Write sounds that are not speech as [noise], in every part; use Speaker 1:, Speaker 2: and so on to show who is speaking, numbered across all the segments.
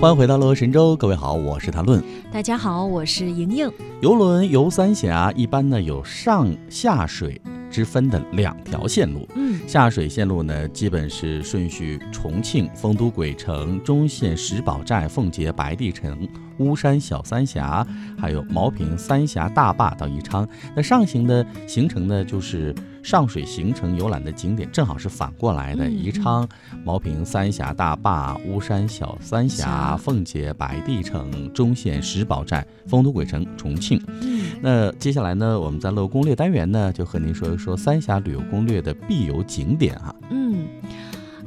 Speaker 1: 欢迎回到乐游神州，各位好，我是谭论。
Speaker 2: 大家好，我是莹莹。
Speaker 1: 游轮游三峡一般呢有上下水之分的两条线路，
Speaker 2: 嗯
Speaker 1: 下水线路呢基本是顺序重庆、丰都鬼城、忠县石堡寨、奉节白帝城、巫山小三峡，还有茅坪三峡大坝到宜昌。那上行的行程呢就是。上水行程游览的景点正好是反过来的，
Speaker 2: 嗯
Speaker 1: 宜
Speaker 2: 嗯
Speaker 1: 昌、茅坪三峡大坝、巫山小三峡、
Speaker 2: 峡
Speaker 1: 奉节白帝城、忠县石堡寨、丰都鬼城、重庆。
Speaker 2: 嗯
Speaker 1: 那接下来呢，我们在乐攻略单元呢，就和您说一说三峡旅游攻略的必游景点啊哈、
Speaker 2: 嗯，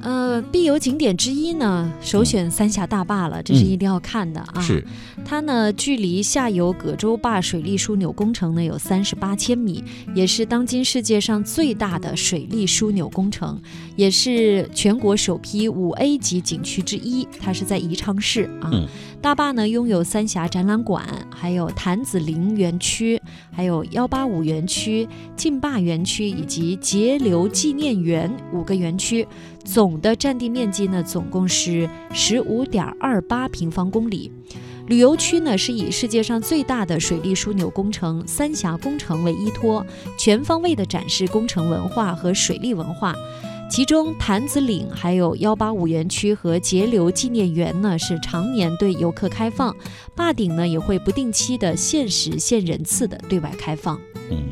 Speaker 2: 呃，必游景点之一呢，首选三峡大坝了，这是
Speaker 1: 嗯
Speaker 2: 一定要看的啊。
Speaker 1: 是，
Speaker 2: 它呢，距离下游葛洲坝水利枢纽工程呢有三十八千米，也是当今世界上最大的水利枢纽工程，也是全国首批五 A 级景区之一。它是在宜昌市啊。
Speaker 1: 嗯
Speaker 2: 大坝呢拥有三峡展览馆，还有潭子林园区，还有幺八五园区、劲坝园区以及节流纪念园五个园区，总的占地面积呢总共是十五点二八平方公里。旅游区呢是以世界上最大的水利枢纽工程三峡工程为依托，全方位的展示工程文化和水利文化。其中，潭子岭还有幺八五园区和节流纪念园呢，是常年对游客开放；坝顶呢，也会不定期的限时限人次的对外开放。
Speaker 1: 嗯。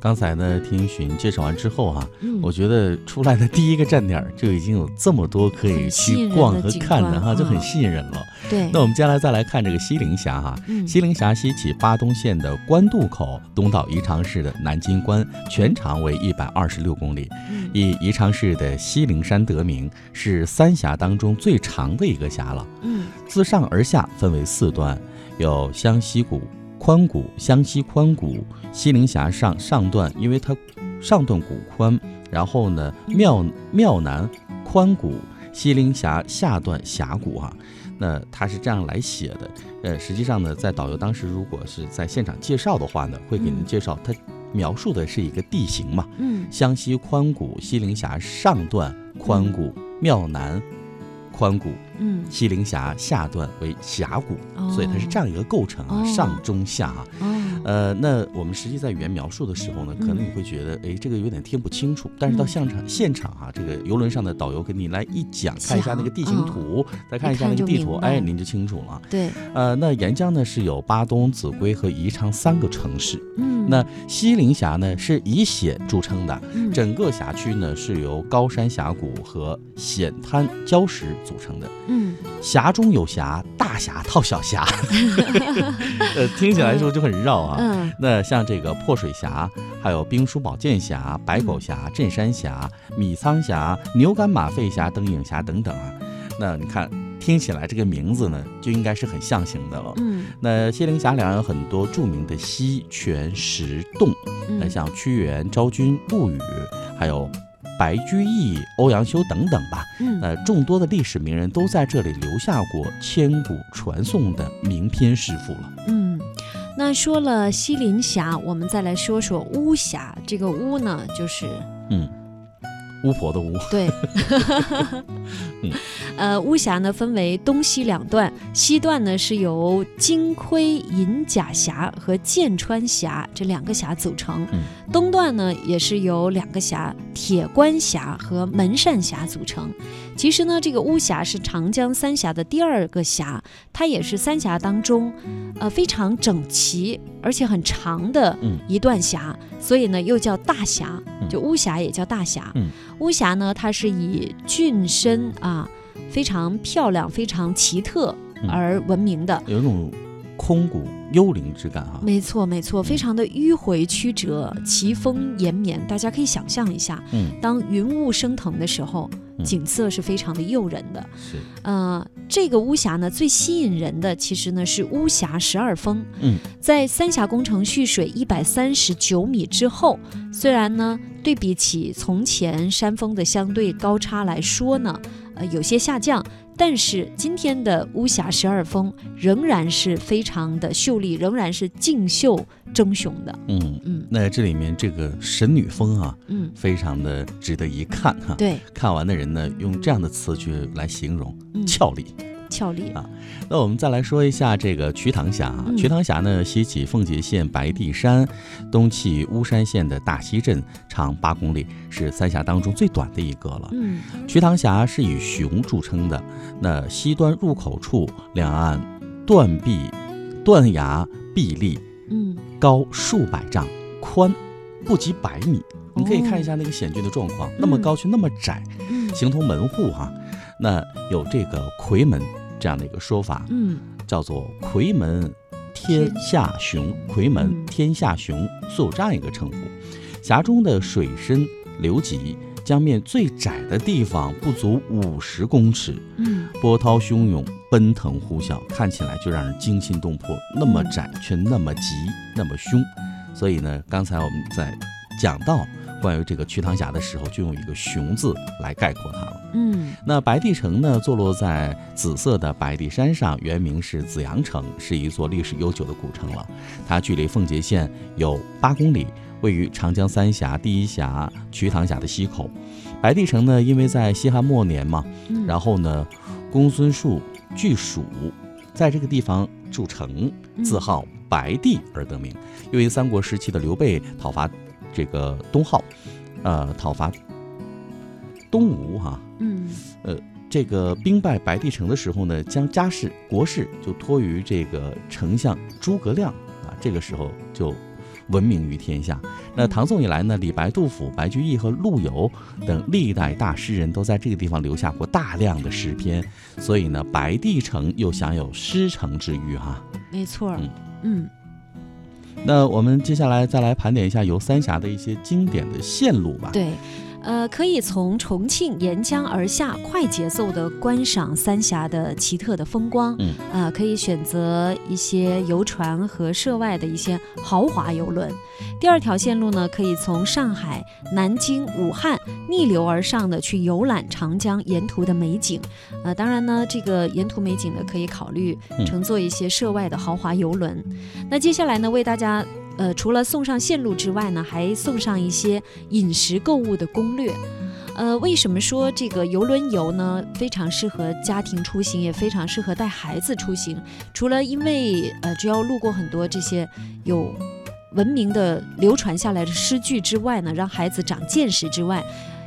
Speaker 1: 刚才呢，听寻介绍完之后哈、
Speaker 2: 嗯
Speaker 1: 我觉得出来的第一个站点儿就已经有这么多可以
Speaker 2: 很吸引
Speaker 1: 去
Speaker 2: 人的
Speaker 1: 逛和
Speaker 2: 景
Speaker 1: 看的
Speaker 2: 观
Speaker 1: 哈、就很
Speaker 2: 嗯
Speaker 1: 吸引人了。
Speaker 2: 对，
Speaker 1: 那我们接下来再来看这个西陵峡哈、
Speaker 2: 嗯
Speaker 1: 西陵峡西起巴东县的官渡口，东到宜昌市的南京关，全长为一百二十六公里，
Speaker 2: 嗯
Speaker 1: 以宜昌市的西陵山得名，是三峡当中最长的一个峡了。
Speaker 2: 嗯
Speaker 1: 自上而下分为四段，有湘西谷、宽谷、湘西宽谷、西陵峡上上段，因为它上段谷宽，然后呢庙庙南宽谷，西陵峡下段峡谷啊。那它是这样来写的，呃，实际上呢，在导游当时如果是在现场介绍的话呢，会给您
Speaker 2: 嗯
Speaker 1: 介绍它描述的是一个地形嘛，
Speaker 2: 嗯
Speaker 1: 湘西宽谷、西陵峡上段宽谷、庙南宽谷，
Speaker 2: 嗯，
Speaker 1: 西陵峡下段为峡谷，
Speaker 2: 哦
Speaker 1: 所以它是这样一个构成啊，
Speaker 2: 哦
Speaker 1: 上中下啊。
Speaker 2: 哦，
Speaker 1: 呃，那我们实际在语言描述的时候呢，可能你会觉得，哎，这个有点听不清楚。但是到
Speaker 2: 嗯
Speaker 1: 现场现场啊，这个游轮上的导游给你来一讲，
Speaker 2: 讲嗯
Speaker 1: 看一下那个地形图，再看一下那个地图，
Speaker 2: 一看就明白
Speaker 1: 哎，您就清楚了。
Speaker 2: 对，
Speaker 1: 呃，那沿江呢是有巴东、秭归和宜昌三个城市。
Speaker 2: 嗯，
Speaker 1: 那西陵峡呢是以险著称的，
Speaker 2: 嗯
Speaker 1: 整个辖区呢是由高山峡谷和险滩礁石组成的。
Speaker 2: 嗯
Speaker 1: 峡中有峡，大峡套小
Speaker 2: [laughs]
Speaker 1: 峡，呃，听起来的时候就很绕啊。
Speaker 2: 嗯
Speaker 1: 那像这个破水峡，还有兵书宝剑峡、白狗峡、镇山峡、米仓峡、牛杆马肺峡、灯影峡等等啊。那你看，听起来这个名字呢，就应该是很象形的了。
Speaker 2: 嗯
Speaker 1: 那西陵峡两岸有很多著名的溪、泉、石、洞，
Speaker 2: 嗯，
Speaker 1: 那像屈原、昭君、陆羽，还有白居易、欧阳修等等吧。
Speaker 2: 嗯
Speaker 1: 呃，众多的历史名人都在这里留下过千古传颂的名篇诗赋了。
Speaker 2: 嗯，那说了西陵峡，我们再来说说巫峡。这个巫呢，就是
Speaker 1: 嗯，巫婆的巫，，
Speaker 2: 对
Speaker 1: [laughs] 嗯
Speaker 2: 呃，巫峡呢分为东西两段，西段呢是由金盔银甲峡和剑川峡这两个峡组成，
Speaker 1: 嗯
Speaker 2: 东段呢也是由两个峡铁关峡和门扇峡组成。其实呢，这个巫峡是长江三峡的第二个峡，它也是三峡当中，呃非常整齐而且很长的
Speaker 1: 嗯
Speaker 2: 一段峡，所以呢又叫大峡，
Speaker 1: 嗯
Speaker 2: 就巫峡也叫大峡。
Speaker 1: 嗯
Speaker 2: 巫峡呢，它是以俊深啊非常漂亮、非常奇特
Speaker 1: 嗯
Speaker 2: 而闻名的。
Speaker 1: 有一种空谷幽灵之感哈、
Speaker 2: 没错，没错，非常的迂回曲折，奇峰延绵，大家可以想象一下，
Speaker 1: 嗯，
Speaker 2: 当云雾升腾的时候，
Speaker 1: 嗯
Speaker 2: 景色是非常的诱人的。
Speaker 1: 是，
Speaker 2: 呃，这个巫峡呢，最吸引人的其实呢是巫峡十二峰。
Speaker 1: 嗯，
Speaker 2: 在三峡工程蓄水一百三十九米之后，虽然呢对比起从前山峰的相对高差来说呢，呃有些下降，但是今天的巫峡十二峰仍然是非常的秀丽，仍然是竞秀争雄的。
Speaker 1: 嗯。
Speaker 2: 嗯
Speaker 1: 那这里面这个神女峰啊，
Speaker 2: 嗯，
Speaker 1: 非常的值得一看哈、
Speaker 2: 对，
Speaker 1: 看完的人呢，用这样的词句来形容：
Speaker 2: 嗯
Speaker 1: 俏丽、
Speaker 2: 俏丽
Speaker 1: 啊那我们再来说一下这个瞿塘峡啊，
Speaker 2: 嗯
Speaker 1: 瞿塘峡呢西起奉节县白帝山，东起巫山县的大溪镇，长八公里，是三峡当中最短的一个了。
Speaker 2: 嗯
Speaker 1: 瞿塘峡是以雄著称的，那西端入口处两岸断壁、断崖壁立，
Speaker 2: 嗯，
Speaker 1: 高数百丈，宽不及百米。你可以看一下那个险峻的状况，那么
Speaker 2: 嗯
Speaker 1: 高却那么窄，
Speaker 2: 嗯
Speaker 1: 形同门户哈、那有这个夔门这样的一个说法，
Speaker 2: 嗯
Speaker 1: 叫做夔门天下雄，夔门
Speaker 2: 嗯
Speaker 1: 天下雄，素有这样一个称呼。峡中的水深流急，江面最窄的地方不足五十公尺，
Speaker 2: 嗯
Speaker 1: 波涛汹涌，奔腾呼啸，看起来就让人惊心动魄。那么窄，却那么急，那么凶。所以呢，刚才我们在讲到关于这个瞿塘峡的时候，就用一个“雄”字来概括它了。
Speaker 2: 嗯
Speaker 1: 那白帝城呢，坐落在紫色的白帝山上，原名是紫阳城，是一座历史悠久的古城了。它距离奉节县有八公里，位于长江三峡、第一峡、瞿塘峡的西口。白帝城呢，因为在西汉末年嘛，
Speaker 2: 嗯，
Speaker 1: 然后呢，公孙述据蜀，在这个地方筑城，
Speaker 2: 后
Speaker 1: 自号白帝而得名。因为三国时期的刘备讨伐这个东浩，呃，讨伐东吴啊哈、
Speaker 2: 嗯
Speaker 1: 这个兵败白帝城的时候呢，将家事国事就托于这个丞相诸葛亮啊，这个时候就闻名于天下。那唐宋以来呢，李白、杜甫、白居易和陆游等历代大诗人都在这个地方留下过大量的诗篇，所以呢，白帝城又享有诗城之誉哈、
Speaker 2: 没错儿
Speaker 1: 嗯，
Speaker 2: 嗯
Speaker 1: 那我们接下来再来盘点一下游三峡的一些经典的线路吧。
Speaker 2: 对。呃，可以从重庆沿江而下，快节奏的观赏三峡的奇特的风光。
Speaker 1: 嗯，
Speaker 2: 啊，可以选择一些游船和涉外的一些豪华游轮。第二条线路呢，可以从上海、南京、武汉逆流而上的去游览长江沿途的美景。呃，当然呢，这个沿途美景呢，可以考虑
Speaker 1: 嗯
Speaker 2: 乘坐一些涉外的豪华游轮。那接下来呢，为大家。呃，除了送上线路之外呢，还送上一些饮食购物的攻略。呃，为什么说这个游轮游呢？非常适合家庭出行，也非常适合带孩子出行。除了因为呃，只要路过很多这些有文明的流传下来的诗句之外呢，让孩子长见识之外，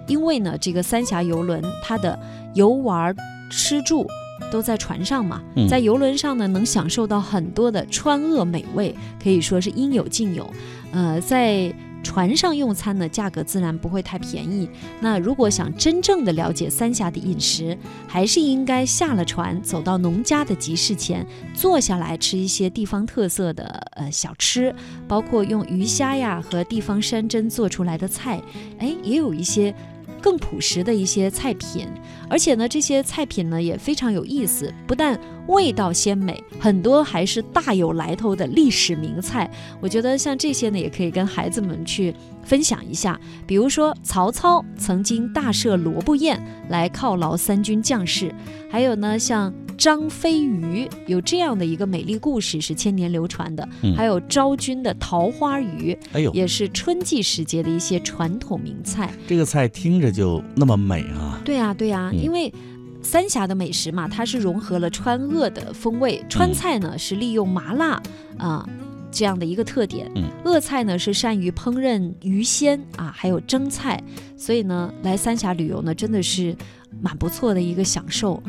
Speaker 2: 因为呢，这个三峡游轮它的游玩、吃住都在船上嘛，
Speaker 1: 嗯
Speaker 2: 在游轮上呢，能享受到很多的川鄂美味，可以说是应有尽有。呃，在船上用餐呢，价格自然不会太便宜。那如果想真正的了解三峡的饮食，还是应该下了船，走到农家的集市前，坐下来吃一些地方特色的呃小吃，包括用鱼虾呀和地方山珍做出来的菜，哎，也有一些。更朴实的一些菜品，而且呢，这些菜品呢也非常有意思，不但味道鲜美，很多还是大有来头的历史名菜。我觉得像这些呢，也可以跟孩子们去分享一下。比如说，曹操曾经大设萝卜宴来犒劳三军将士，还有呢，像张飞鱼有这样的一个美丽故事是千年流传的，
Speaker 1: 嗯
Speaker 2: 还有昭君的桃花鱼，
Speaker 1: 哎呦，
Speaker 2: 也是春季时节的一些传统名菜。
Speaker 1: 这个菜听着就那么美啊！
Speaker 2: 对呀、对呀、
Speaker 1: 嗯
Speaker 2: 因为三峡的美食嘛，它是融合了川鄂的风味，
Speaker 1: 嗯
Speaker 2: 川菜呢是利用麻辣啊、这样的一个特点，
Speaker 1: 嗯
Speaker 2: 鄂菜呢是善于烹饪鱼鲜啊，还有蒸菜，所以呢，来三峡旅游呢真的是蛮不错的一个享受。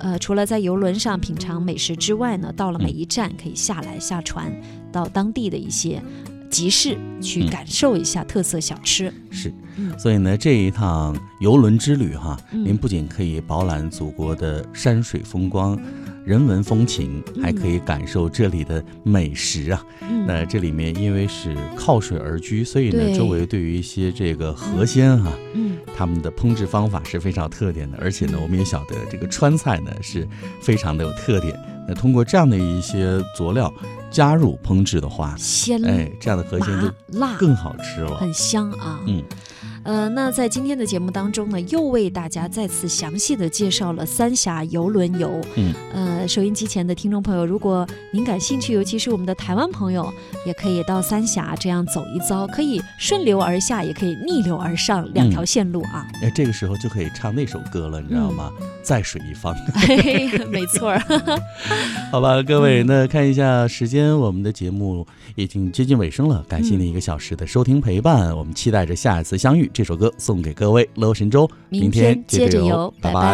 Speaker 2: 呃，除了在游轮上品尝美食之外呢，
Speaker 1: 嗯
Speaker 2: 到了每一站可以下来下船，到当地的一些集市去
Speaker 1: 嗯
Speaker 2: 感受一下特色小吃。
Speaker 1: 是，
Speaker 2: 嗯
Speaker 1: 所以呢，这一趟游轮之旅哈，
Speaker 2: 嗯
Speaker 1: 您不仅可以饱览祖国的山水风光、
Speaker 2: 嗯
Speaker 1: 人文风情，还可以感受这里的美食啊。
Speaker 2: 嗯，
Speaker 1: 那这里面因为是靠水而居，所以呢，
Speaker 2: 对
Speaker 1: 周围对于一些这个河鲜哈、
Speaker 2: 嗯
Speaker 1: 他们的烹制方法是非常有特点的，而且呢，我们也晓得这个川菜呢是非常的有特点。那通过这样的一些佐料加入烹制的话，哎
Speaker 2: 鲜
Speaker 1: 哎，这样的河鲜
Speaker 2: 嗯麻
Speaker 1: 就
Speaker 2: 辣
Speaker 1: 更好吃了。
Speaker 2: 很香啊。
Speaker 1: 嗯，
Speaker 2: 呃，那在今天的节目当中呢，又为大家再次详细的介绍了三峡游轮游。
Speaker 1: 嗯，
Speaker 2: 呃，收音机前的听众朋友，如果您感兴趣，尤其是我们的台湾朋友，也可以到三峡这样走一遭，可以顺流而下，也可以逆流而上，两条线路
Speaker 1: [laughs]
Speaker 2: 啊。
Speaker 1: 哎，这个时候就可以唱那首歌了，你知道吗？在水一方。 [laughs]
Speaker 2: 嘿，没错儿，
Speaker 1: 好吧，各位，那看一下时间，我们的节目已经接近尾声了，感谢您一个小时的收听陪伴，我们期待着下一次相遇。这首歌送给各位，乐游神州，明
Speaker 2: 明天接
Speaker 1: 着
Speaker 2: 着游，
Speaker 1: 拜
Speaker 2: 拜拜